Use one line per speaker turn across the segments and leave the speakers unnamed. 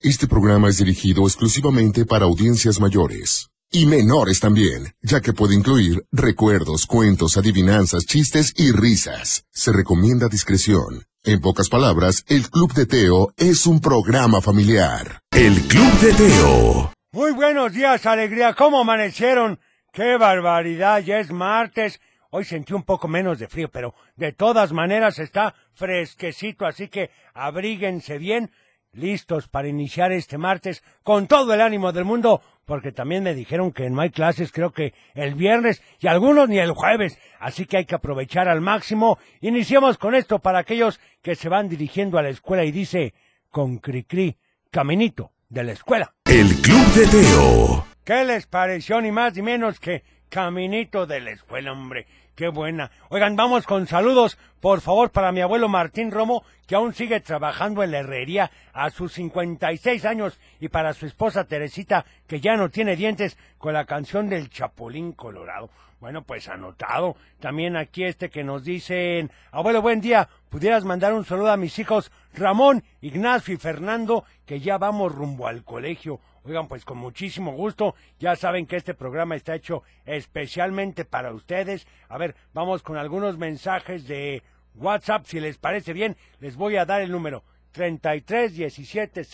Este programa es dirigido exclusivamente para audiencias mayores. Y menores también, ya que puede incluir recuerdos, cuentos, adivinanzas, chistes y risas. Se recomienda discreción. En pocas palabras, el Club de Teo es un programa familiar.
El Club de Teo.
Muy buenos días, alegría. ¿Cómo amanecieron? ¡Qué barbaridad! Ya es martes. Hoy sentí un poco menos de frío, pero de todas maneras está fresquecito, así que abríguense bien, listos para iniciar este martes con todo el ánimo del mundo, porque también me dijeron que no hay clases, creo que el viernes y algunos ni el jueves, así que hay que aprovechar al máximo. Iniciamos con esto para aquellos que se van dirigiendo a la escuela y dice con cri-cri, caminito de la escuela.
El Club de Teo.
¿Qué les pareció ni más ni menos que Caminito de la Escuela, hombre? Qué buena. Oigan, vamos con saludos, por favor, para mi abuelo Martín Romo, que aún sigue trabajando en la herrería a sus 56 años, y para su esposa Teresita, que ya no tiene dientes, con la canción del Chapulín Colorado. Bueno, pues anotado. También aquí este que nos dicen, abuelo, buen día, pudieras mandar un saludo a mis hijos Ramón, Ignacio y Fernando, que ya vamos rumbo al colegio. Oigan, pues con muchísimo gusto, ya saben que este programa está hecho especialmente para ustedes. A ver, vamos con algunos mensajes de WhatsApp, si les parece bien, les voy a dar el número 33 17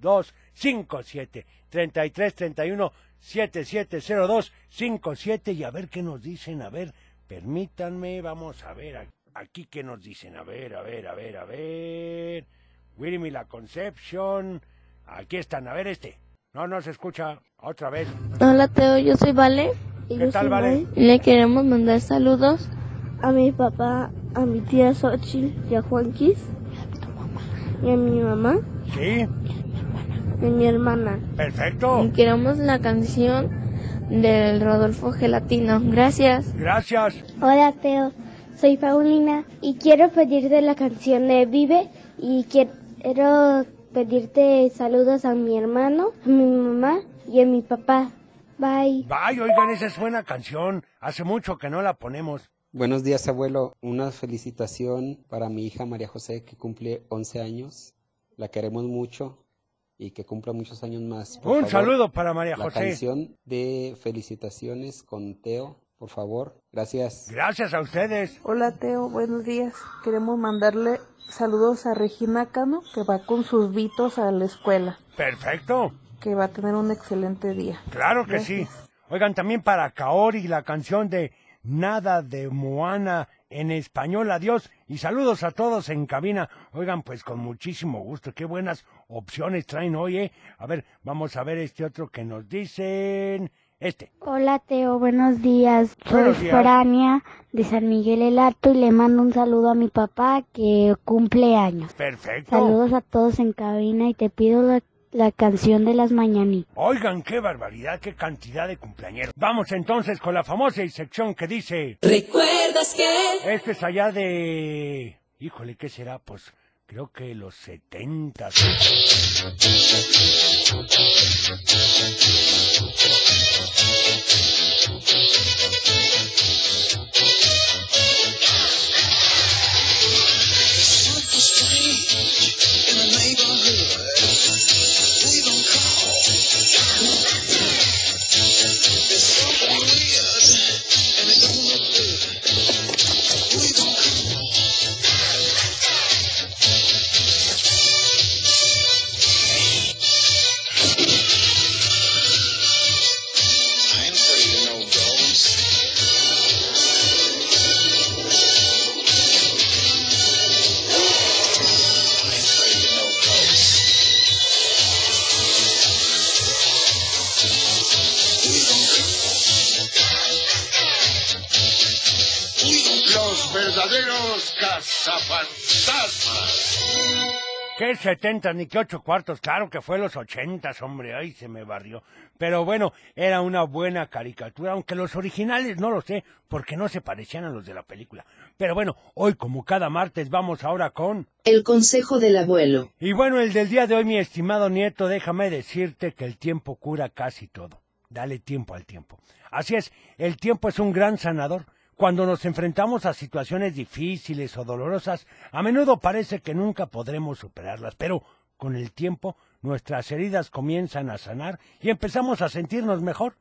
02 57 33 31 7702 57 y a ver qué nos dicen, a ver, permítanme, vamos a ver a- aquí qué nos dicen, a ver, a ver, a ver, a ver. Willy la Conception, aquí están, a ver este. No, no se escucha otra vez.
Hola Teo, yo soy Vale.
Y ¿Qué yo tal, soy Vale? May.
Le queremos mandar saludos a mi papá, a mi tía Xochitl y a Juanquis. Y a mi mamá
Sí,
y a mi hermana.
perfecto.
queremos la canción del Rodolfo Gelatino. Gracias.
Gracias.
Hola Teo, soy Paulina y quiero pedirte la canción de Vive y quiero pedirte saludos a mi hermano, a mi mamá y a mi papá. Bye.
Vaya, oigan, esa es buena canción. Hace mucho que no la ponemos.
Buenos días, abuelo. Una felicitación para mi hija María José, que cumple 11 años. La queremos mucho y que cumpla muchos años más. Por
Un
favor,
saludo para María
La
José.
canción de felicitaciones con Teo, por favor. Gracias.
Gracias a ustedes.
Hola Teo, buenos días. Queremos mandarle saludos a Regina Cano, que va con sus vitos a la escuela,
Perfecto.
que va a tener un excelente día.
Claro que sí. Oigan, también para Kaori la canción de Nada de Moana en español. Adiós y saludos a todos en cabina. Oigan, pues con muchísimo gusto. Qué buenas opciones traen hoy, ¿eh? A ver, vamos a ver este otro que nos dicen. Este.
Hola Teo, buenos días.
Buenos
soy
días.
Frania de San Miguel El Alto y le mando un saludo a mi papá que cumple años.
Oh.
Perfecto.
Saludos a todos en cabina y te pido la, la canción de las mañanitas.
Oigan, qué barbaridad, qué cantidad de cumpleañeros. Vamos entonces con la famosa sección que dice...
¿Recuerdas que?
Este es allá de... Híjole, ¿qué será? Pues creo que los 70.
Los verdaderos cazafantasmas.
¿Qué 70 ni qué ocho cuartos? Claro que fue los 80, hombre. Ay, se me barrió. Pero bueno, era una buena caricatura, aunque los originales no lo sé, porque no se parecían a los de la película. Pero bueno, hoy como cada martes vamos ahora con...
El consejo del abuelo.
Y bueno, el del día de hoy, mi estimado nieto, déjame decirte que el tiempo cura casi todo. Dale tiempo al tiempo. Así es, el tiempo es un gran sanador. Cuando nos enfrentamos a situaciones difíciles o dolorosas, a menudo parece que nunca podremos superarlas, pero con el tiempo nuestras heridas comienzan a sanar y empezamos a sentirnos mejor.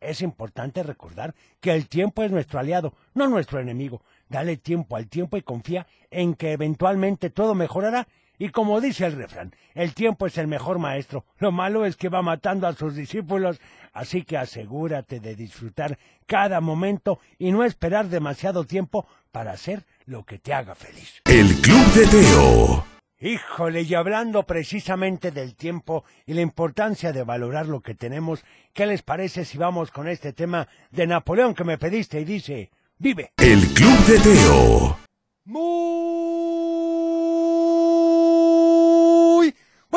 Es importante recordar que el tiempo es nuestro aliado, no nuestro enemigo. Dale tiempo al tiempo y confía en que eventualmente todo mejorará. Y como dice el refrán, el tiempo es el mejor maestro. Lo malo es que va matando a sus discípulos, así que asegúrate de disfrutar cada momento y no esperar demasiado tiempo para hacer lo que te haga feliz.
El Club de Teo.
Híjole, y hablando precisamente del tiempo y la importancia de valorar lo que tenemos, ¿qué les parece si vamos con este tema de Napoleón que me pediste y dice, vive?
El Club de Teo.
Muy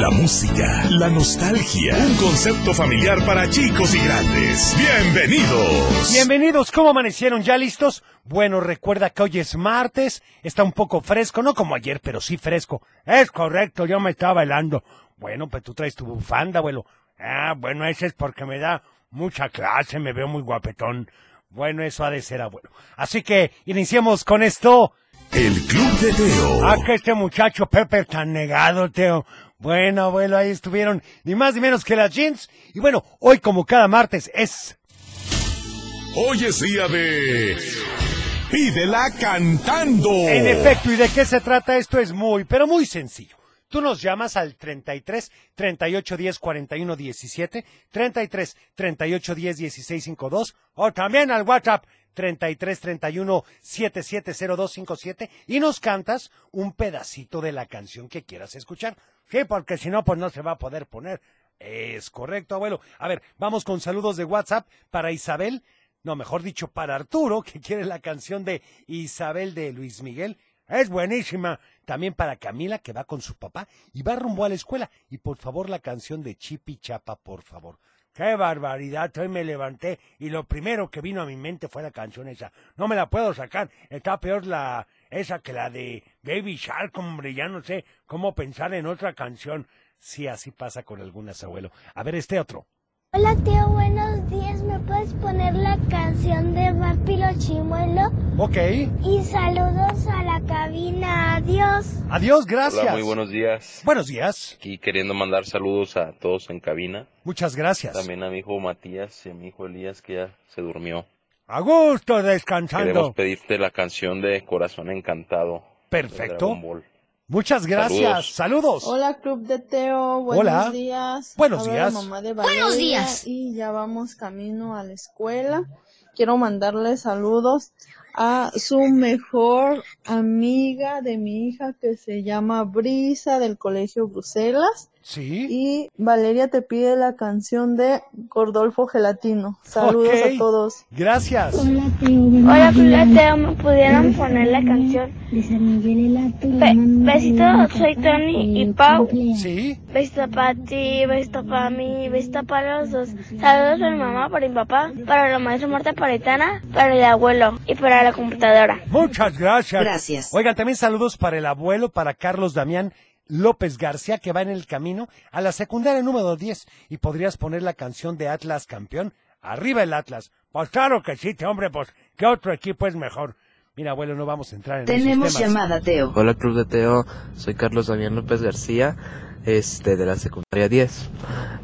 La música, la nostalgia, un concepto familiar para chicos y grandes. Bienvenidos.
Bienvenidos, ¿cómo amanecieron? ¿Ya listos? Bueno, recuerda que hoy es martes, está un poco fresco, no como ayer, pero sí fresco. Es correcto, yo me estaba bailando. Bueno, pues tú traes tu bufanda, abuelo. Ah, bueno, ese es porque me da mucha clase, me veo muy guapetón. Bueno, eso ha de ser, abuelo. Así que iniciemos con esto.
El Club de Teo.
Ah, que este muchacho Pepe tan negado, Teo. Bueno, abuelo, ahí estuvieron ni más ni menos que las jeans. Y bueno, hoy como cada martes es...
Hoy es día de... Pídela cantando.
En efecto, ¿y de qué se trata esto? Es muy, pero muy sencillo. Tú nos llamas al 33 38 10 41 17, 33 38 10 16 52 o también al WhatsApp 33 31 7702 57 y nos cantas un pedacito de la canción que quieras escuchar. Sí, porque si no, pues no se va a poder poner. Es correcto, abuelo. A ver, vamos con saludos de WhatsApp para Isabel, no, mejor dicho, para Arturo, que quiere la canción de Isabel de Luis Miguel. Es buenísima. También para Camila, que va con su papá y va rumbo a la escuela. Y por favor, la canción de Chipi Chapa, por favor. ¡Qué barbaridad! Hoy me levanté y lo primero que vino a mi mente fue la canción esa. No me la puedo sacar. Está peor la esa que la de Baby Shark, hombre. Ya no sé cómo pensar en otra canción. Sí, así pasa con algunas, abuelo. A ver, este otro.
Hola tío, buenos días. ¿Me puedes poner la canción de Vampiro Chimuelo?
Ok.
Y saludos a la cabina. Adiós.
Adiós, gracias.
Hola, muy buenos días.
Buenos días.
Aquí queriendo mandar saludos a todos en cabina.
Muchas gracias.
También a mi hijo Matías y a mi hijo Elías que ya se durmió.
A gusto descansando.
Queremos pedirte la canción de Corazón Encantado.
Perfecto.
de Dragon Ball.
Muchas gracias. Saludos.
Hola Club de Teo, buenos
Hola.
días.
Buenos
Habla
días.
la mamá de Valeria
Buenos días.
Y ya vamos camino a la escuela. Quiero mandarle saludos a su mejor amiga de mi hija que se llama Brisa del Colegio Bruselas.
Sí.
Y Valeria te pide la canción de Gordolfo Gelatino. Saludos
Ok.
a todos.
Gracias.
Hola, pues, Culateo, ¿me pudieron poner la canción? Be- besitos, soy Tony y Pau.
Sí.
Besito para ti, besito para mí, besito para los dos. Saludos para mi mamá, para mi papá, para la maestra Marta Paretana, para el abuelo y para la computadora.
Muchas gracias.
Gracias.
Oigan, también saludos para el abuelo, para Carlos Damián López García, que va en el camino a la secundaria número 10. Y podrías poner la canción de Atlas campeón. Arriba el Atlas. Pues claro que sí, te- hombre, pues qué otro equipo es mejor. Mira, abuelo, no vamos a entrar en
Tenemos
esos temas.
llamada, Teo.
Hola Club de Teo, soy Carlos Damián López García, este de la secundaria 10.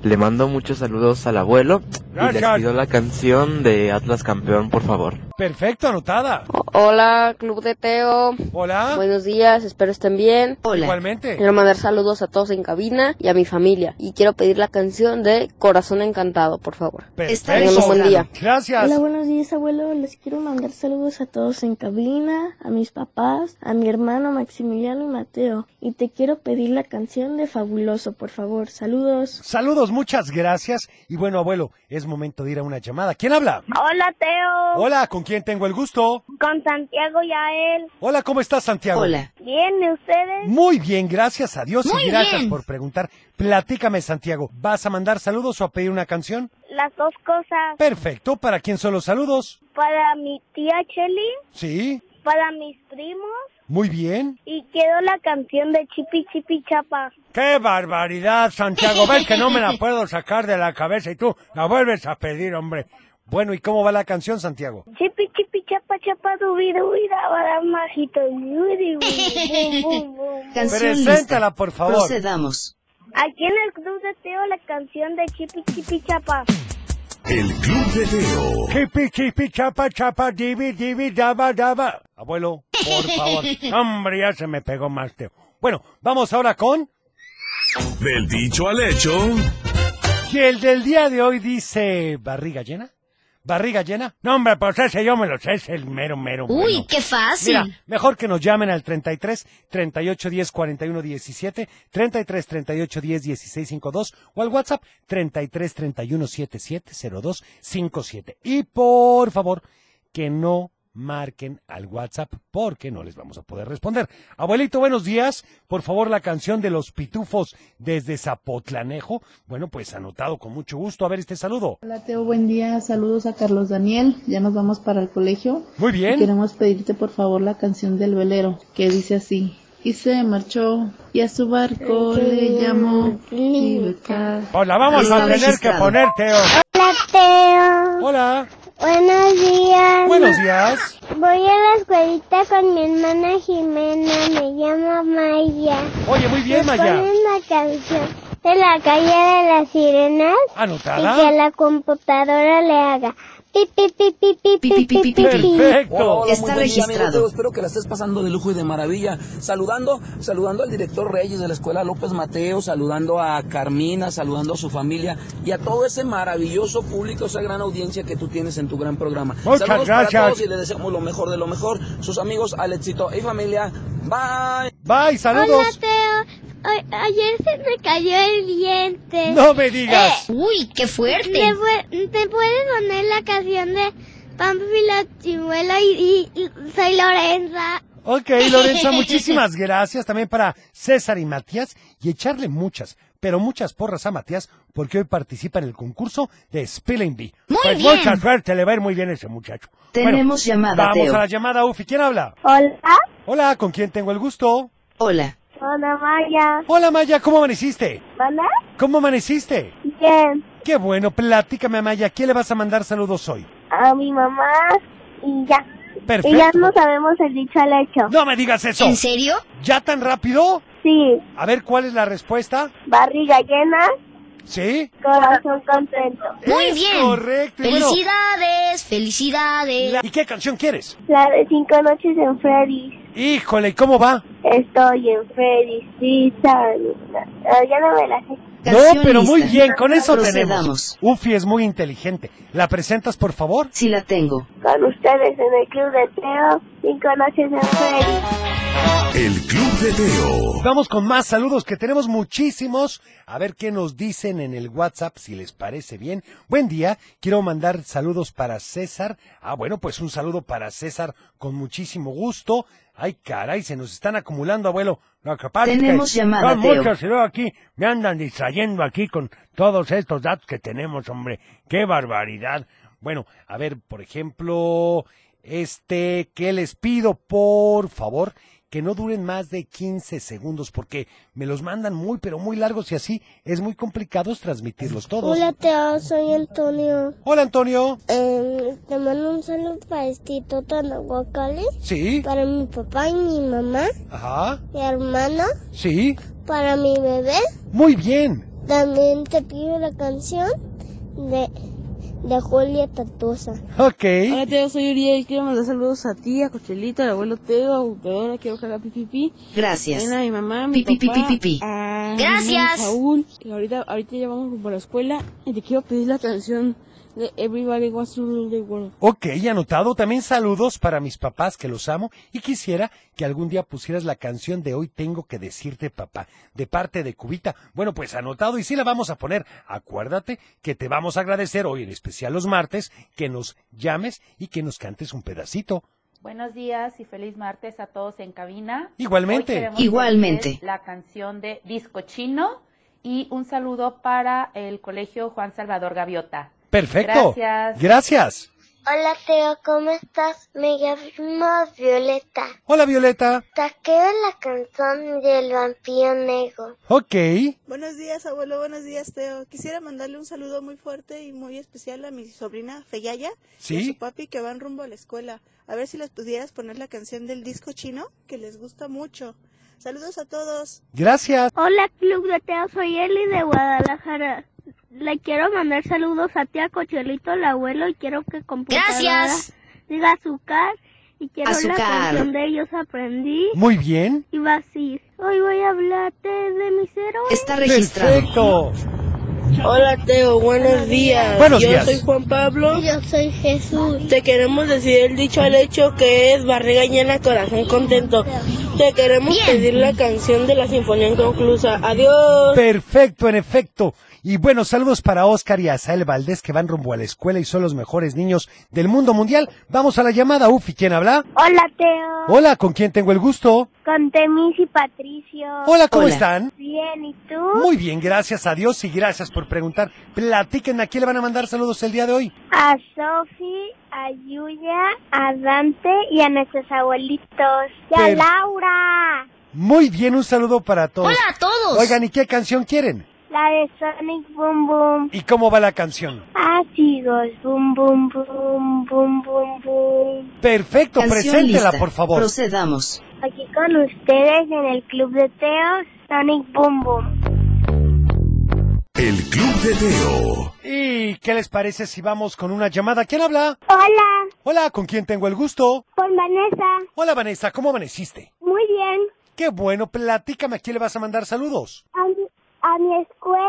Le mando muchos saludos al abuelo y
Gracias.
le pido la canción de Atlas Campeón, por favor.
Perfecto, anotada.
Hola, Club de Teo.
Hola.
Buenos días, espero estén bien.
Hola.
Igualmente.
Quiero mandar saludos a todos en cabina y a mi familia. Y quiero pedir la canción de Corazón Encantado, por favor.
Está
Tengan
Perfecto.
un buen día.
Gracias.
Hola, buenos días, abuelo. Les quiero mandar saludos a todos en cabina, a mis papás, a mi hermano Maximiliano y Mateo. Y te quiero pedir la canción de Fabuloso, por favor. Saludos.
Saludos, muchas gracias. Y bueno, abuelo, es momento de ir a una llamada. ¿Quién habla?
Hola, Teo.
Hola, ¿con quién tengo el gusto?
Con Santiago y a él.
Hola, ¿cómo estás, Santiago?
Hola.
Bien, ¿y ustedes?
Muy bien, gracias a Dios
Muy
y gracias
bien.
por preguntar. Platícame, Santiago, ¿vas a mandar saludos o a pedir una canción?
Las dos cosas.
Perfecto, ¿para quién son los saludos?
Para mi tía Cheli,
Sí,
para mis primos
Muy bien.
Y quiero la canción de Chipi Chipi Chapa.
¡Qué barbaridad, Santiago! ¿Ves que no me la puedo sacar de la cabeza y tú la vuelves a pedir, hombre? Bueno, ¿y cómo va la canción, Santiago?
Chipi Chipi Chapa Chapa Dubi Dubi Dabara Majito Yuri Bum Bum Bum.
Canción
Preséntala,
lista.
por favor.
Procedamos.
Aquí en el Club de Teo la canción de Chipi Chipi Chapa.
El Club de Teo.
Chipi, chipi, chapa, chapa, divi, divi, daba, daba. Abuelo, por favor. Hombre, ya se me pegó más, Teo. Bueno, vamos ahora con...
Del dicho al hecho,
Y el del día de hoy dice... ¿Barriga llena? ¿Barriga llena? No, hombre, pues ese yo me lo sé, es el mero, mero. bueno.
Uy, qué fácil.
Mira, mejor que nos llamen al 33 38 10 41 17, 33 38 10 16 52 o al WhatsApp 33 31 77 02 57. Y por favor, que no marquen al WhatsApp porque no les vamos a poder responder. Abuelito, buenos días. Por favor, la canción de los pitufos desde Zapotlanejo. Bueno, pues anotado con mucho gusto. A ver este saludo.
Hola Teo, buen día. Saludos a Carlos Daniel. Ya nos vamos para el colegio.
Muy
Y
bien.
queremos pedirte por favor la canción del velero, que dice así. Y se marchó y a su barco le llamó libertad.
Pues la vamos a
Está
tener que
registrado.
poner, Teo.
Hola Teo.
Hola.
Buenos días.
Buenos días.
Voy a la escuelita con mi hermana Jimena, me llamo Maya.
Oye, muy bien,
Me
Maya.
Ponen la canción de la calle de las sirenas
¿Anotada?
y que la computadora le haga pi pi pi pi pi pi pi pi, pi.
Perfecto.
Está registrado.
espero que la estés pasando de lujo y de maravilla. Saludando, saludando al director Reyes de la Escuela López Mateo, saludando a Carmina, saludando a su familia y a todo ese maravilloso público, esa gran audiencia que tú tienes en tu gran programa.
Muchas
Saludos
gracias.
para todos y les deseamos lo mejor de lo mejor. Sus amigos Alexito y familia. Bye.
Bye,
Hola
saludos.
Teo, A- ayer se me cayó el diente.
No me
Eh.
digas.
Uy, qué
¿Te,
fuerte.
pu- te puedes poner la canción de Pamela Chimuela y, y- y soy Lorenza?
Ok, Lorenza, muchísimas gracias también para César y Matías y echarle muchas, pero muchas porras a Matías porque hoy participa en el concurso de Spelling Bee.
Muy
pues
bien.
mucha suerte, le va a ir muy bien a ese muchacho. Bueno,
Tenemos llamada,
Vamos
Teo.
a la llamada, Ufi, ¿quién habla?
Hola.
Hola, ¿con quién tengo el gusto?
Hola.
Hola Maya.
Hola Maya, ¿cómo amaneciste?
¿Hola?
¿Cómo amaneciste?
Bien.
Qué bueno, platícame Maya, ¿a quién le vas a mandar saludos hoy?
a mi mamá y ya.
Perfecto.
Y ya no sabemos el dicho al hecho.
No me digas eso.
¿En serio?
¿Ya tan rápido?
Sí,
A ver, ¿cuál es la respuesta?
barriga llena,
¿Sí?
corazón contento.
Muy
Es
bien.
Correcto. y bueno,
Felicidades, felicidades.
la- ¿Y qué canción quieres?
La de cinco noches en Freddy's.
Híjole, ¿y ¿cómo va?
Estoy en Freddy's, sí, sabe. Ah, Ya no me la sé.
no, pero muy bien, con eso tenemos.
Procedamos.
Ufi es muy inteligente. ¿La presentas, por favor?
Sí la tengo.
Con ustedes en el club de Teo, cinco noches en Freddy's.
el Club de Teo.
Vamos con más saludos que tenemos muchísimos. A ver qué nos dicen en el WhatsApp, si les parece bien. Buen día, quiero mandar saludos para César. Ah, bueno, pues un saludo para César con muchísimo gusto. Ay, caray, se nos están acumulando, abuelo. No, capaz que
Tenemos llamada,
son
Teo.
muchos y luego aquí me andan distrayendo aquí con todos estos datos que tenemos, hombre. ¡Qué barbaridad! Bueno, a ver, por ejemplo, este, que les pido, por favor, que no duren más de 15 segundos, porque me los mandan muy, pero muy largos y así es muy complicado transmitirlos todos.
Teo, soy Antonio.
Hola, Antonio.
te Eh, mando un saludo para Instituto Anahuacales,
Sí.
para mi papá y mi mamá,
Ajá.
mi hermana,
Sí.
para mi bebé.
Muy bien.
También te pido la canción de, de Julia Tatusa.
Ok.
Hola Teo, soy Uriel, quiero mandar saludos a ti, a Cochelito, al abuelo Teo, a Upeora, quiero que haga pipipi,
Gracias.
también a mi mamá, a mi
Pi, pi,
papá, Ah,
pi, pi, pi.
a mi
Gracias.
hermano Saúl, y ahorita, ahorita ya vamos rumbo a la escuela, y te quiero pedir la canción de Everybody Wants to Rule the World.
Ok, anotado. También saludos para mis papás que los amo y quisiera que algún día pusieras la canción de Hoy tengo que decirte papá, de parte de Cubita. Bueno, pues anotado y sí la vamos a poner. Acuérdate que te vamos a agradecer hoy, en especial los martes, que nos llames y que nos cantes un pedacito.
Buenos días y feliz martes a todos en cabina.
Igualmente.
Hoy queremos
Igualmente.
pedirles La canción de Disco Chino y un saludo para el Colegio Juan Salvador Gaviota.
Perfecto.
Gracias.
Gracias.
Hola Teo, ¿cómo estás? Me llamo Violeta.
Hola, Violeta.
Taqueo la canción del vampiro negro.
Ok.
Buenos días, abuelo. Buenos días, Teo. Quisiera mandarle un saludo muy fuerte y muy especial a mi sobrina Feyaya y a
¿Sí?
su papi que van rumbo a la escuela. A ver si les pudieras poner la canción del disco chino que les gusta mucho. Saludos a todos.
Gracias.
Hola Club de Teo, soy Eli de Guadalajara. Le quiero mandar saludos a tía Cochelito, el abuelo, y quiero que computadora
Gracias.
diga azúcar. Y quiero la
Azúcar.
canción de ellos aprendí.
Muy bien.
Y va así. Hoy voy a hablarte de mis héroes.
Está
Perfecto.
Hola Teo, buenos días.
Buenos
Yo
días.
soy Juan Pablo.
Yo soy Jesús.
Te queremos decir el dicho al hecho que es barriga llena, corazón contento. Te queremos pedir la canción de la Sinfonía Inconclusa. Adiós.
Perfecto, en efecto. Y bueno, saludos para Oscar y Azael Valdés que van rumbo a la escuela y son los mejores niños del mundo mundial. Vamos a la llamada, Ufi, ¿quién habla?
Hola Teo,
Hola, ¿con quién tengo el gusto?
con Temis y Patricio.
Hola, ¿cómo están?
Bien, ¿y tú?
Muy bien, gracias a Dios y gracias por preguntar. Platiquen, ¿a quién le van a mandar saludos el día de hoy?
A Sofi, a Yuya, a Dante y a nuestros abuelitos. Y a
Per-
Laura,
Muy bien, un saludo para todos.
Hola a todos.
Oigan, ¿y qué canción quieren?
la de Sonic Boom Boom.
¿Y cómo va la canción?
Ah, chicos, boom, boom, boom, boom, boom, boom.
Perfecto,
Canción
preséntela,
lista.
por favor.
Procedamos. Aquí con ustedes en el Club de Teo, Sonic Boom Boom.
El Club de Teo.
¿Y qué les parece si vamos con una llamada? ¿Quién habla?
Hola,
Hola, ¿con quién tengo el gusto?
con Vanessa.
Hola, Vanessa, ¿cómo amaneciste?
Muy bien.
Qué bueno, platícame, ¿a quién le vas a mandar saludos?
A mi, a mi escuela,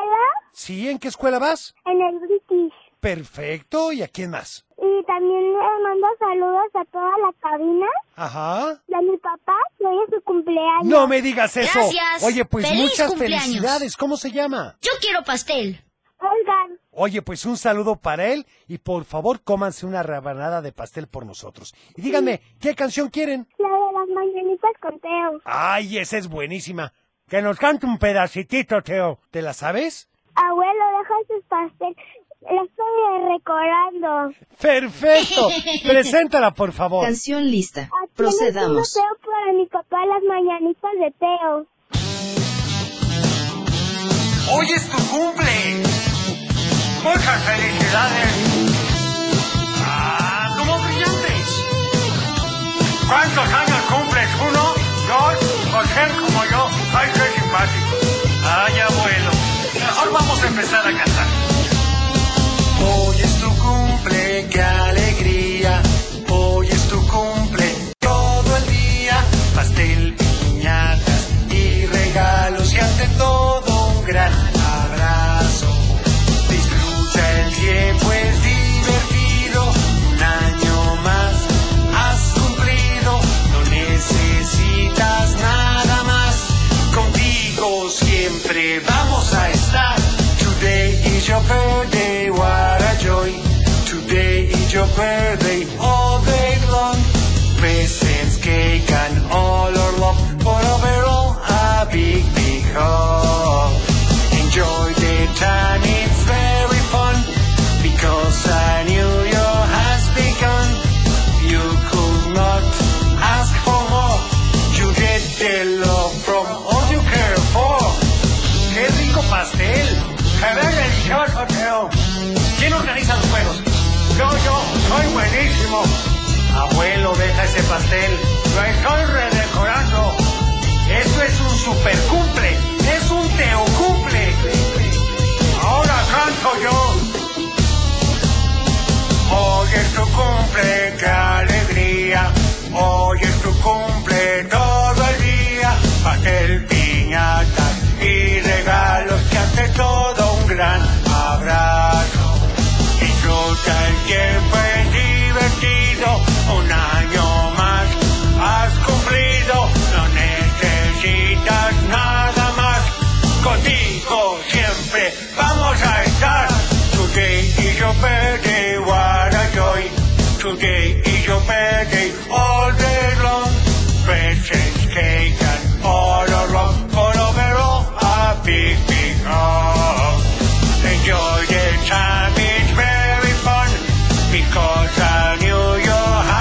¿Sí? ¿En qué escuela vas?
en el British.
Perfecto, ¿y a quién más?
Y también le mando saludos a toda la cabina.
Ajá.
Y a mi papá, que hoy es su cumpleaños.
No me digas eso.
Gracias.
Oye, pues
Feliz
muchas
cumpleaños.
felicidades. ¿Cómo se llama?
Yo quiero pastel. Oigan,
Oye, pues un saludo para él y por favor cómanse una rabanada de pastel por nosotros. Y díganme, ¿qué canción quieren?
la de las mañanitas con Teo.
Ay, esa es buenísima. Que nos cante un pedacitito, Teo. ¿Te la sabes?
Abuelo, deja sus pastel. La estoy recordando.
Perfecto. Preséntala, por favor.
Canción lista.
Procedamos.
Teo para mi papá las mañanitas de Teo.
Hoy es tu cumple. Muchas felicidades. Ah, como brillantes. ¿Cuántos años cumples? ¿Uno? ¿Dos? ¿O cien como yo? Ay, qué simpático. Ay, abuelo. Mejor vamos a empezar a cantar. Hoy es tu cumple, qué alegría. Hoy es tu cumple, todo el día. Pastel, piñatas y regalos y ante todo un gran abrazo. Disfruta el tiempo, es divertido. Un año más has cumplido, no necesitas nada más. Contigo siempre vamos a estar. Today is your birthday, what a joy. Today is your birthday, all day long. Presents, cake, and all our love. But overall, a big, big hug. Enjoy the time, it's very fun. Because a new year has begun. You could not ask for more. You get the love from all you care for. ¡Qué rico pastel! ¡Se ve delicioso, Teo! ¿Quién organiza los juegos? Yo, yo, soy buenísimo. Abuelo, deja ese pastel. Lo estoy redecorando. Esto es un super cumple. Es un teo cumple. Ahora canto yo. Hoy es tu cumple, qué alegría. Hoy es tu cumple todo el día. Pastel, piñatas y regalos que hace todo un gran abrazo. Disfruta el tiempo, es divertido. Un año más has cumplido. No necesitas nada más. Contigo siempre vamos a estar. Today is your birthday, what a joy. Today is your birthday, all day long. Presents, cake, and all around. But overall, a big, big hug. Enjoy the time, it's very fun. Because a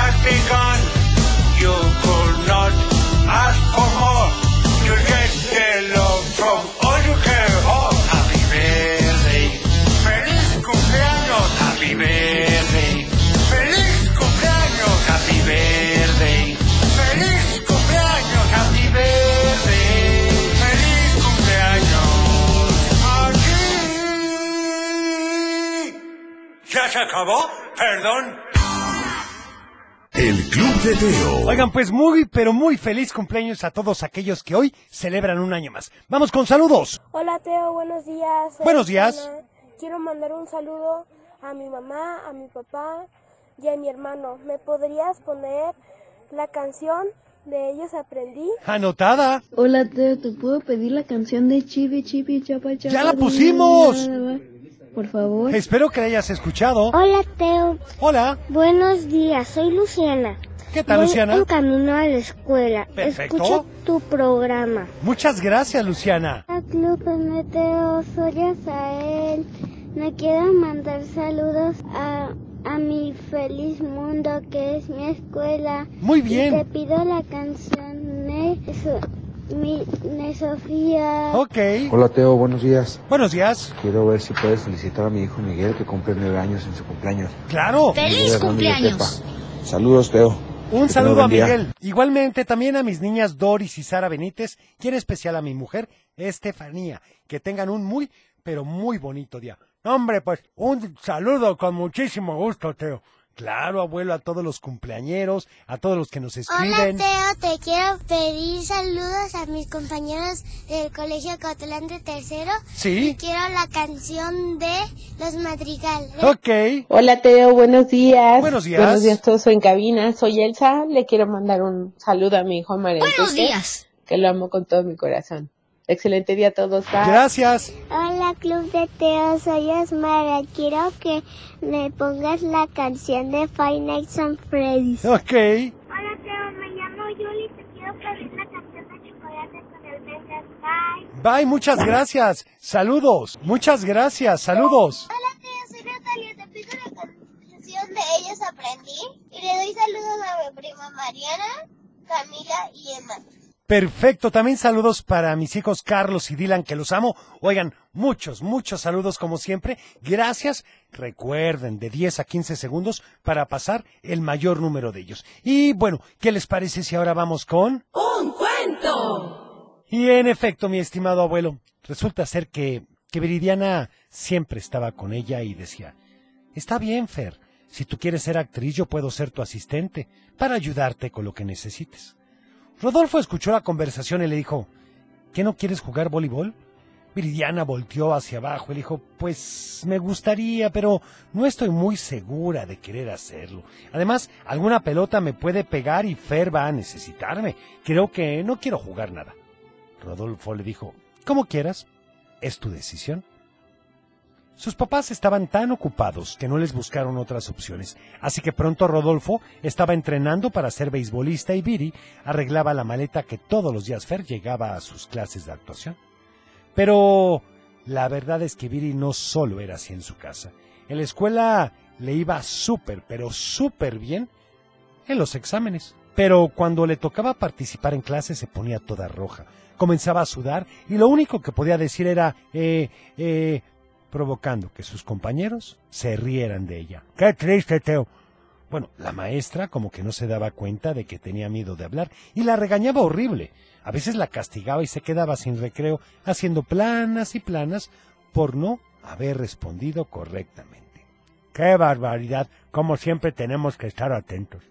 ¿Ya se acabó? Perdón.
El Club de Teo.
Oigan, pues muy, pero muy feliz cumpleaños a todos aquellos que hoy celebran un año más. Vamos con saludos.
Hola Teo, buenos días. Soy
Buenos días.
Ana. Quiero mandar un saludo a mi mamá, a mi papá y a mi hermano. ¿Me podrías poner la canción de ellos aprendí?
Anotada.
Hola Teo, ¿te puedo pedir la canción de Chibi Chibi Chapa Chapa?
¡Ya la pusimos!
Por favor.
Espero que la hayas escuchado.
Hola Teo,
Hola.
buenos días, soy Luciana.
¿Qué tal,
Voy
Luciana?
En camino a la escuela.
Perfecto.
Escucho tu programa.
Muchas gracias, Luciana.
Hola Club Meteo, soy Azael. Me quiero mandar saludos a, a mi feliz mundo que es mi escuela.
Muy bien.
Y te pido la canción de, So- mi- de Sofía.
Ok.
Hola Teo, buenos días.
Buenos días.
Quiero ver si puedes felicitar a mi hijo Miguel que cumple nueve años en su cumpleaños.
Claro.
Miguel Hernández de Tepa. Saludos Teo.
Un
Que tenga
saludo a
buen día.
Miguel. Igualmente también a mis niñas Doris y Sara Benítez y en especial a mi mujer Estefanía. Que tengan un muy, pero muy bonito día. Hombre, pues un saludo con muchísimo gusto, Teo. Claro, abuelo, a todos los cumpleañeros, a todos los que nos escriben.
Teo, te quiero pedir saludos a mis compañeros del Colegio Catalán de Tercero.
Sí.
Quiero la canción de Los Madrigales.
Ok.
Hola Teo, buenos días.
Buenos días.
Buenos días a todos en cabina. Soy Elsa. Le quiero mandar un saludo a mi hijo María.
Buenos
Enrique,
días.
Que lo amo con todo mi corazón. Excelente día a todos. Bye.
Gracias.
Hola Club de Teo, soy Osmara. Quiero que me pongas la canción de Five Nights at Freddy's.
Ok.
Hola Teo, me llamo Yuli. Te quiero pedir la canción de Chocolate con almendras. Bye.
Bye, muchas gracias. Saludos. Muchas gracias. Saludos.
Hola Teo, soy Natalia. Te pido la canción de Ellos Aprendí. Y le doy saludos a mi prima Mariana, Camila y Emma.
Perfecto, también saludos para mis hijos Carlos y Dylan, que los amo. Oigan, muchos, muchos saludos como siempre. Gracias. Recuerden, de 10 a 15 segundos para pasar el mayor número de ellos. Y bueno, ¿qué les parece si ahora vamos con...
¡Un cuento!
Y en efecto, mi estimado abuelo, resulta ser que, que Viridiana siempre estaba con ella y decía, está bien, Fer, si tú quieres ser actriz yo puedo ser tu asistente para ayudarte con lo que necesites. Rodolfo escuchó la conversación y le dijo, ¿qué no quieres jugar voleibol? Viridiana volteó hacia abajo y le dijo, pues me gustaría, pero no estoy muy segura de querer hacerlo. Además, alguna pelota me puede pegar y Fer va a necesitarme. Creo que no quiero jugar nada. Rodolfo le dijo, como quieras, es tu decisión. Sus papás estaban tan ocupados que no les buscaron otras opciones, así que pronto Rodolfo estaba entrenando para ser beisbolista y Viri arreglaba la maleta que todos los días Fer llegaba a sus clases de actuación. Pero la verdad es que Viri no solo era así en su casa. En la escuela le iba súper, pero súper bien en los exámenes. Pero cuando le tocaba participar en clase se ponía toda roja, comenzaba a sudar y lo único que podía decir era, eh, eh, provocando que sus compañeros se rieran de ella. ¡Qué triste, Teo! Bueno, la maestra como que no se daba cuenta de que tenía miedo de hablar y la regañaba horrible. A veces la castigaba y se quedaba sin recreo haciendo planas y planas por no haber respondido correctamente. ¡Qué barbaridad! Como siempre tenemos que estar atentos.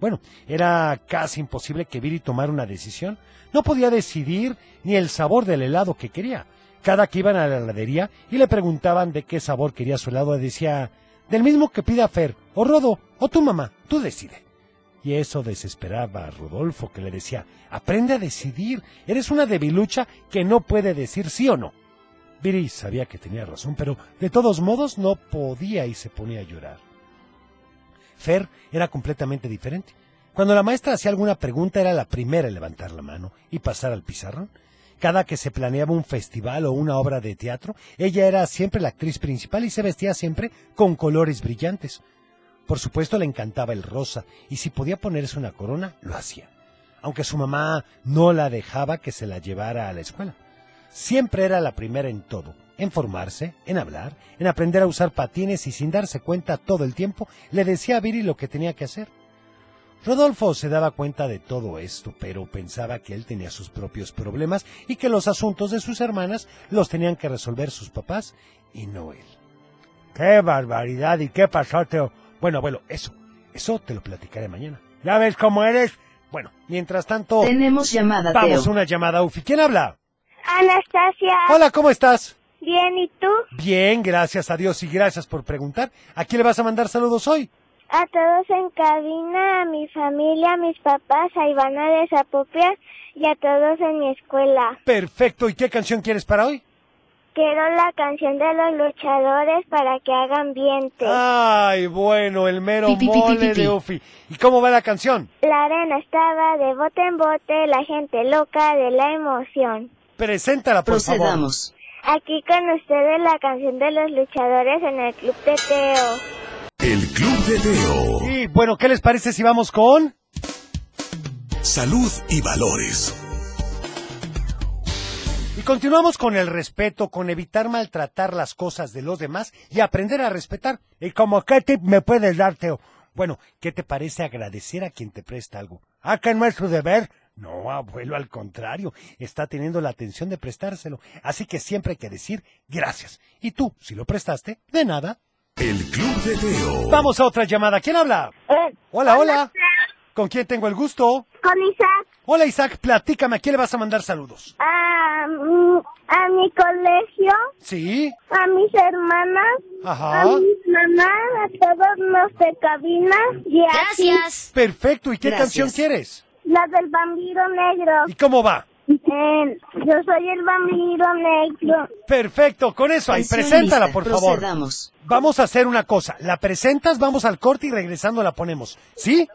Bueno, era casi imposible que Viri tomara una decisión. No podía decidir ni el sabor del helado que quería. Cada que iban a la heladería y le preguntaban de qué sabor quería su helado, decía, del mismo que pida Fer, o Rodo, o tu mamá, tú decide. Y eso desesperaba a Rodolfo, que le decía, aprende a decidir, eres una debilucha que no puede decir sí o no. Viri sabía que tenía razón, pero de todos modos no podía y se ponía a llorar. Fer era completamente diferente. Cuando la maestra hacía alguna pregunta era la primera en levantar la mano y pasar al pizarrón. Cada que se planeaba un festival o una obra de teatro, ella era siempre la actriz principal y se vestía siempre con colores brillantes. Por supuesto le encantaba el rosa y si podía ponerse una corona, lo hacía. Aunque su mamá no la dejaba que se la llevara a la escuela. Siempre era la primera en todo, en formarse, en hablar, en aprender a usar patines y sin darse cuenta todo el tiempo le decía a Viri lo que tenía que hacer. Rodolfo se daba cuenta de todo esto, pero pensaba que él tenía sus propios problemas y que los asuntos de sus hermanas los tenían que resolver sus papás y no él.
¡Qué barbaridad! ¿Y qué pasó, Teo? Bueno, abuelo, eso, eso te lo platicaré mañana. ¿Ya ves cómo eres? Bueno, mientras tanto...
Tenemos llamada,
Vamos,
Teo.
una llamada, Ufi. ¿Quién habla?
Anastasia.
Hola, ¿cómo estás?
Bien, ¿y tú?
Bien, gracias a Dios y gracias por preguntar. ¿A quién le vas a mandar saludos hoy?
A todos en cabina, a mi familia, a mis papás, a Ivana de Zapopias y a todos en mi escuela.
Perfecto, ¿y qué canción quieres para hoy?
Quiero la canción de los luchadores para que hagan viento.
Ay, bueno, el mero mole de Ufi. ¿Y cómo va la canción?
La arena estaba de bote en bote, la gente loca de la emoción.
Preséntala, por favor.
Procedamos.
Aquí con ustedes la canción de los luchadores en el Club Teteo.
El Club de Teo.
Y bueno, ¿qué les parece si vamos con...?
Salud y valores.
Y continuamos con el respeto, con evitar maltratar las cosas de los demás y aprender a respetar. ¿Y como qué tip me puedes dar, Teo? Bueno, ¿qué te parece agradecer a quien te presta algo? ¿A que no es su deber? No, abuelo, al contrario, está teniendo la atención de prestárselo. Así que siempre hay que decir gracias. Y tú, si lo prestaste, de nada.
El Club de Teo.
Vamos a otra llamada. ¿Quién habla? Hola, hola. ¿Con quién tengo el gusto?
Eh, Con Isaac,
Hola, Isaac, platícame, ¿a quién le vas a mandar saludos?
a, mi- a mi colegio,
¿Sí?
a mis hermanas,
Ajá.
a mis mamás, a todos los de cabina y a ti.
Perfecto, ¿y qué
Gracias.
canción quieres?
La del vampiro negro.
¿Y cómo va?
Eh, yo soy el vampiro negro.
Perfecto, con eso ahí,
Canción
preséntala
lista.
por favor.
Procedamos.
Vamos a hacer una cosa, la presentas, vamos al corte y regresando la ponemos, ¿sí?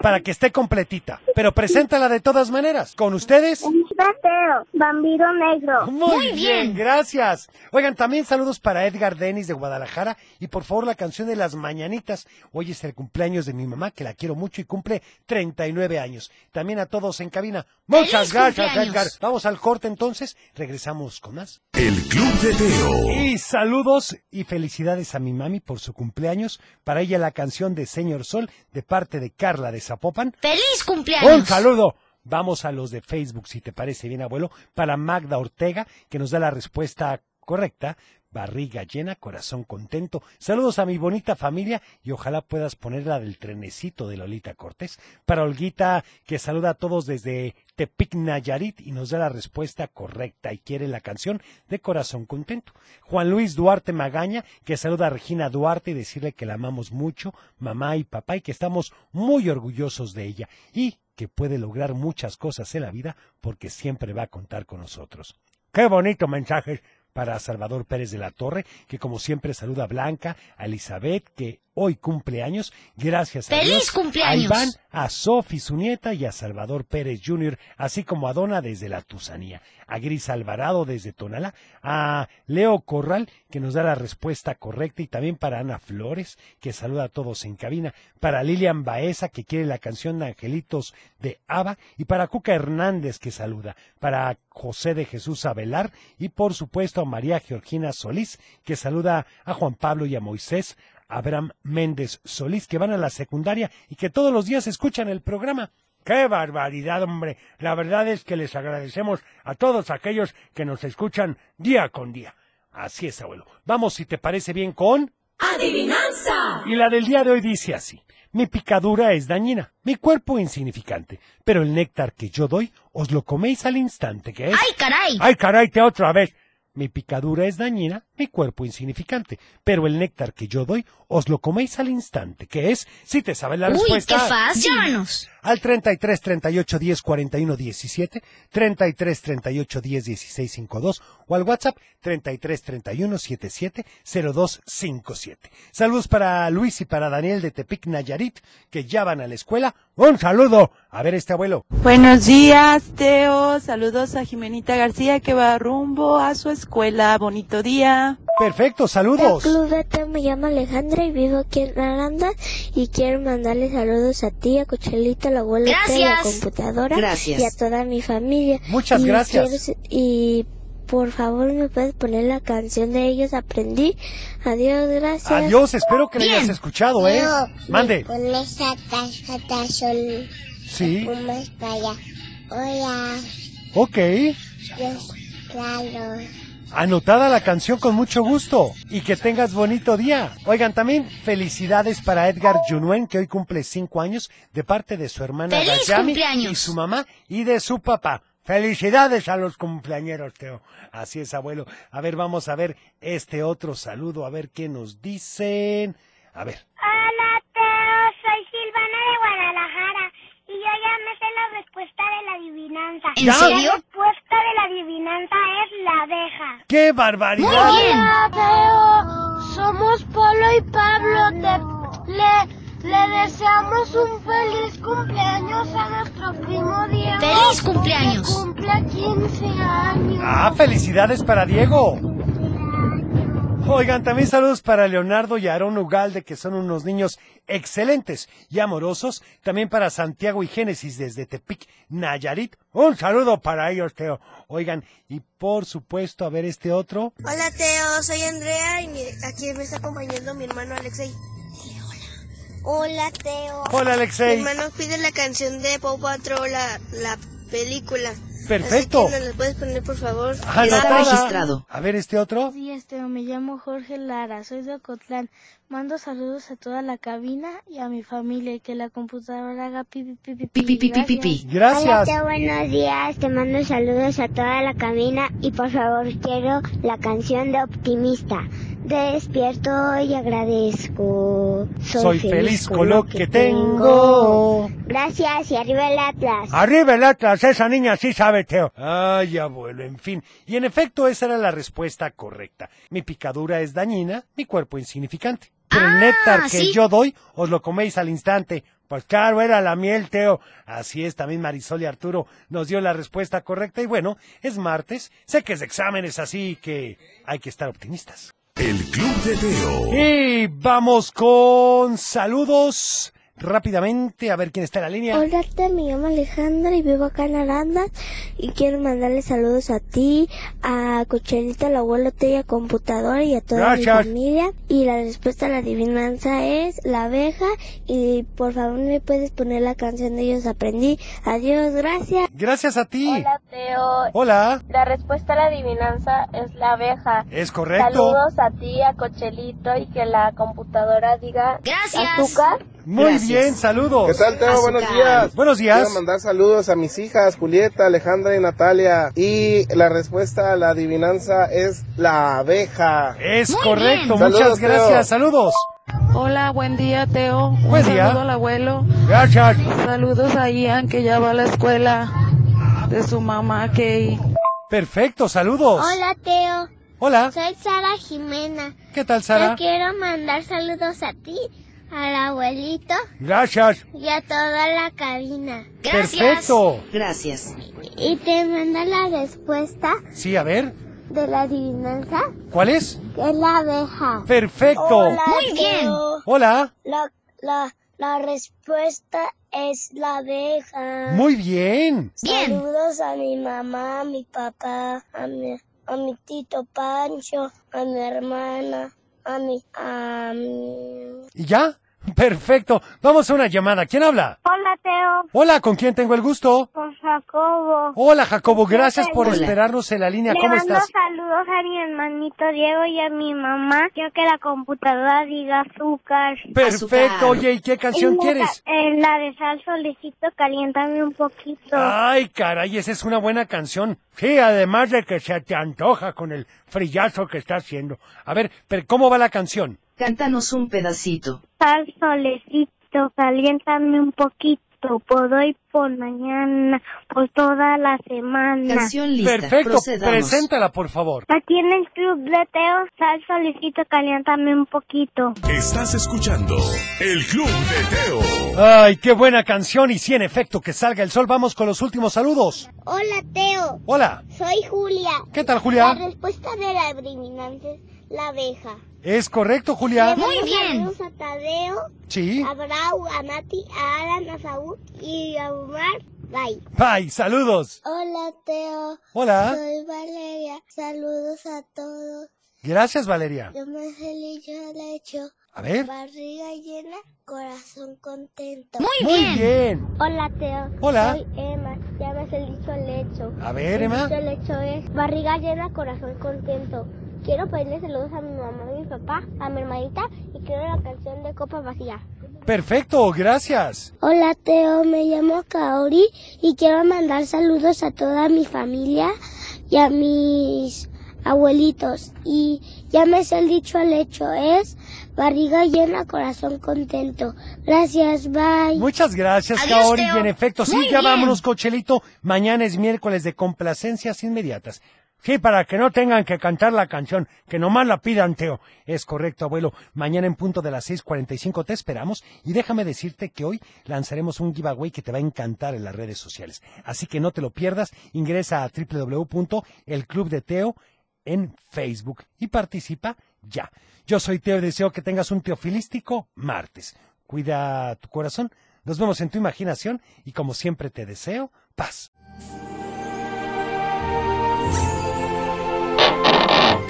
Para que esté completita, pero preséntala de todas maneras. Con ustedes,
Mateo, vampiro negro.
muy, bien. gracias. Oigan, también saludos para Edgar Denis de Guadalajara y por favor la canción de las mañanitas. Hoy es el cumpleaños de mi mamá, que la quiero mucho y cumple 39 años. También a todos en cabina. Muchas
¡Feliz
gracias,
cumpleaños!
Edgar. Vamos al corte entonces, regresamos con más.
El Club de Teo.
Y saludos y felicidades a mi mami por su cumpleaños. Para ella la canción de Señor Sol de parte de Carla de Zapopan.
¡Feliz
Un
cumpleaños!
saludo. Vamos a los de Facebook, si te parece bien, abuelo, para Magda Ortega, que nos da la respuesta correcta. Barriga llena, corazón contento. Saludos a mi bonita familia y ojalá puedas poner la del trenecito de Lolita Cortés. Para Olguita, que saluda a todos desde Tepic Nayarit y nos da la respuesta correcta y quiere la canción de corazón contento. Juan Luis Duarte Magaña, que saluda a Regina Duarte y decirle que la amamos mucho, mamá y papá, y que estamos muy orgullosos de ella y que puede lograr muchas cosas en la vida porque siempre va a contar con nosotros. Qué bonito mensaje para Salvador Pérez de la Torre, que como siempre saluda a Blanca, a Elizabeth, que hoy cumple años. Gracias a
¡Feliz
Dios,
cumpleaños!
A Iván, a Sofi, su nieta, y a Salvador Pérez Jr., así como a Donna desde la Tusanía, a Gris Alvarado desde Tonalá, a Leo Corral, que nos da la respuesta correcta, y también para Ana Flores, que saluda a todos en cabina, para Lilian Baeza, que quiere la canción de Angelitos de Ava, y para Cuca Hernández, que saluda, para José de Jesús Abelar, y por supuesto a María Georgina Solís, que saluda a Juan Pablo y a Moisés, Abraham Méndez Solís, que van a la secundaria y que todos los días escuchan el programa. ¡Qué barbaridad, hombre! La verdad es que les agradecemos a todos aquellos que nos escuchan día con día. Así es, abuelo. Vamos, si te parece bien, con...
Adivinanza.
Y la del día de hoy dice así. Mi picadura es dañina, mi cuerpo insignificante, pero el néctar que yo doy os lo coméis al instante, que es...
¡Ay, caray!
¡Ay, caray, te otra vez! Mi picadura es dañina, mi cuerpo insignificante, pero el néctar que yo doy os lo coméis al instante, que es, si te sabes la
¡Uy,
respuesta,
qué fácil! Llámanos.
al 33 38 10 41 17, 33 38 10 16 52 o al WhatsApp 33 31 77 02 57. Saludos para Luis y para Daniel de Tepic Nayarit, que ya van a la escuela. ¡Un saludo! A ver este abuelo.
Buenos días, Teo. Saludos a Jimenita García que va rumbo a su escuela. Bonito día.
Perfecto,
El
saludos.
Club de Teo me llamo Alejandra y vivo aquí en Aranda y quiero mandarle saludos a ti, a Cochelito, a la abuela, Tere, a la
Gracias.
computadora
Gracias.
y a toda mi familia.
Muchas
Y
gracias.
quiero se- y por favor me puedes poner la canción de ellos, aprendí. Adiós, gracias.
Adiós, espero que le hayas escuchado, ¿eh? Mande.
Pones a tajata sol,
Sí,
fumas para allá. Hola,
ok.
yo, claro,
Anotada la canción con mucho gusto y que tengas bonito día. Oigan, también felicidades para Edgar Junuen, que hoy cumple cinco años, de parte de su hermana
¡Feliz
Dayami
cumpleaños!
y su mamá y de su papá. Felicidades a los cumpleañeros, Teo. Así es, abuelo. A ver, vamos a ver este otro saludo, a ver qué nos dicen. A ver.
Hola, Teo. Soy Silvana de Guadalajara. Y yo ya me sé la respuesta de la adivinanza.
¿En serio?
La respuesta de la adivinanza es la abeja.
¡Qué barbaridad!
Hola,
Teo. Somos Polo y
Ah,
Pablo. Te- le, le deseamos un feliz cumpleaños a nuestro primo Diego.
¡Feliz cumpleaños!
que cumple 15 años.
Ah, felicidades para Diego. Oigan, también saludos para Leonardo y Aarón Ugalde, que son unos niños excelentes y amorosos. También para Santiago y Génesis desde Tepic, Nayarit. Un saludo para ellos, Teo. Oigan, y por supuesto, a ver este otro.
Hola Teo, soy Andrea y mi- aquí me está acompañando mi hermano Alexei. Hola. Hola Teo.
Hola, Alexei.
Mi hermano pide la canción de Pau Patrol, la, la película.
Perfecto.
Así que nos la puedes poner por favor.
Anotada. A ver este otro.
Buenos días, Teo. Me llamo Jorge Lara, soy de Ocotlán. Mando saludos a toda la cabina y a mi familia y que la computadora haga pi pi pi pi pi. Gracias.
Hola, Teo, buenos días. Te mando saludos a toda la cabina y por favor quiero la canción de Optimista. Despierto y agradezco.
Soy feliz con lo que tengo.
Gracias y arriba el Atlas.
Arriba el Atlas, esa niña sí sabe, Teo. Ay, abuelo, en fin. Y en efecto, esa era la respuesta correcta. Mi picadura es dañina, mi cuerpo insignificante. Pero el néctar que
sí.
yo doy, os lo coméis al instante. Pues claro, era la miel, Teo. Así es, también Marisol y Arturo nos dio la respuesta correcta. Y bueno, es martes, sé que es de exámenes, así que hay que estar optimistas.
El Club de Teo.
Y vamos con saludos rápidamente, a ver quién está en la línea.
Hola, Teo. Me llamo Alejandra y vivo acá en Aranda. Y quiero mandarle saludos a ti, a Cochelita, al abuelo Teo y a computadora y a toda
Gracias.
mi familia. Y la respuesta a la adivinanza es la abeja. Y por favor, me puedes poner la canción de ellos aprendí. Adiós, gracias.
Gracias a ti.
Teo.
Hola.
La respuesta a la adivinanza es la abeja.
Es correcto.
Saludos a ti, a Cochelito y que la computadora diga
Gracias.
azúcar.
Muy bien, saludos.
¿Qué tal, Teo? Buenos días.
Buenos días.
Quiero mandar saludos a mis hijas, Julieta, Alejandra y Natalia. Y la respuesta a la adivinanza es la abeja.
Es correcto, muchas gracias. Saludos.
Hola, buen día, Teo. Un
Buen
saludo
día.
al abuelo.
Gracias.
Saludos a Ian, que ya va a la escuela de su mamá, Kay.
Perfecto, saludos.
Hola, Teo.
Hola.
Soy Sara Jimena.
¿Qué tal, Sara?
Yo quiero mandar saludos a ti, al abuelito
Gracias.
y a toda la cabina.
Perfecto.
Gracias. Y te manda la respuesta
Sí, a ver,
de la adivinanza,
¿cuál es?
que es la abeja.
Perfecto. Hola.
La, la, la respuesta es la abeja.
Muy bien.
Saludos a mi mamá, a mi papá, a mi, a mi tito Pancho, a mi hermana, a mi... A mi...
¿Y ya? Perfecto. Vamos a una llamada. ¿Quién habla?
Hola, Teo.
Hola, ¿con quién tengo el gusto?
Con Jacobo.
Hola, Jacobo. Gracias por
Hola.
esperarnos en la línea.
Le
¿Cómo
mando
estás?
saludos a mi hermanito Diego y a mi mamá. Quiero que la computadora diga azúcar.
Perfecto. Oye, ¿y qué canción
En la ca-
quieres?
en la de sal solecito, caliéntame un poquito.
Ay, caray, esa es una buena canción. Sí, además de que se te antoja con el frillazo que está haciendo. A ver, pero ¿cómo va la canción?
Cántanos un pedacito.
Sal solecito, caliéntame un poquito. Por hoy, por mañana, por toda la semana.
Perfecto, preséntala, por favor.
Aquí en el club de Teo, sal solecito, caliéntame un poquito.
Estás escuchando El Club de Teo.
Ay, qué buena canción y sí, en efecto, que salga el sol. Vamos con los últimos saludos.
Hola, Teo.
Hola,
Soy Julia.
¿Qué tal, Julia?
La respuesta de la adivinanza es la abeja.
¿es correcto, Julia?
Le mando Saludos a Tadeo,
Sí.
a Brau, a Mati, a Alan, a Saúl y a Omar. Bye.
Bye, saludos.
Hola, Teo.
Hola.
Soy Valeria. Saludos a todos.
Gracias, Valeria.
Yo me feliz yo le echo
A ver.
Barriga llena, corazón contento.
Muy Muy bien. bien.
Hola, Teo.
Hola.
Soy Emma. Ya me has dicho el hecho.
A ver,
El
Emma.
dicho El hecho es barriga llena, corazón contento. Quiero pedirle saludos a mi mamá, a mi papá, a mi hermanita y quiero la canción de Copa Vacía.
Perfecto, gracias.
Hola Teo, me llamo Kaori y quiero mandar saludos a toda mi familia y a mis abuelitos. Y ya me sé el dicho al hecho, es barriga llena, corazón contento. Gracias, bye.
Muchas gracias,
Adiós,
Kaori.
Teo.
Y en efecto, sí,
Muy
ya
bien.
vámonos, cochelito. Mañana es miércoles de complacencias inmediatas. Sí, para que no tengan que cantar la canción, que nomás la pidan, Teo. Es correcto, abuelo. Mañana en punto de las 6.45 te esperamos y déjame decirte que hoy lanzaremos un giveaway que te va a encantar en las redes sociales. Así que no te lo pierdas, ingresa a www.elclubdeteo en Facebook y participa ya. Yo soy Teo y deseo que tengas un teofilístico martes. Cuida tu corazón, nos vemos en tu imaginación y como siempre te deseo paz.